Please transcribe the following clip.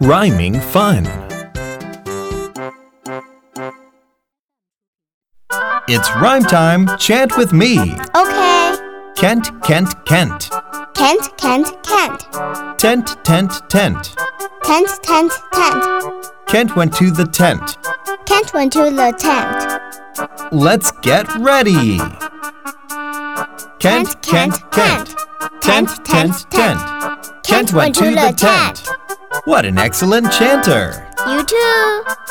Rhyming fun. It's rhyme time. Chant with me. Okay. Kent, Kent, Kent. Kent, Kent, Kent. Tent, tent, tent. Tent, tent, tent. Kent went to the tent. Kent went to the tent. Let's get ready. Kent, Kent, Kent. Tent, tent, tent. Kent went to the tent. What an excellent chanter! You too.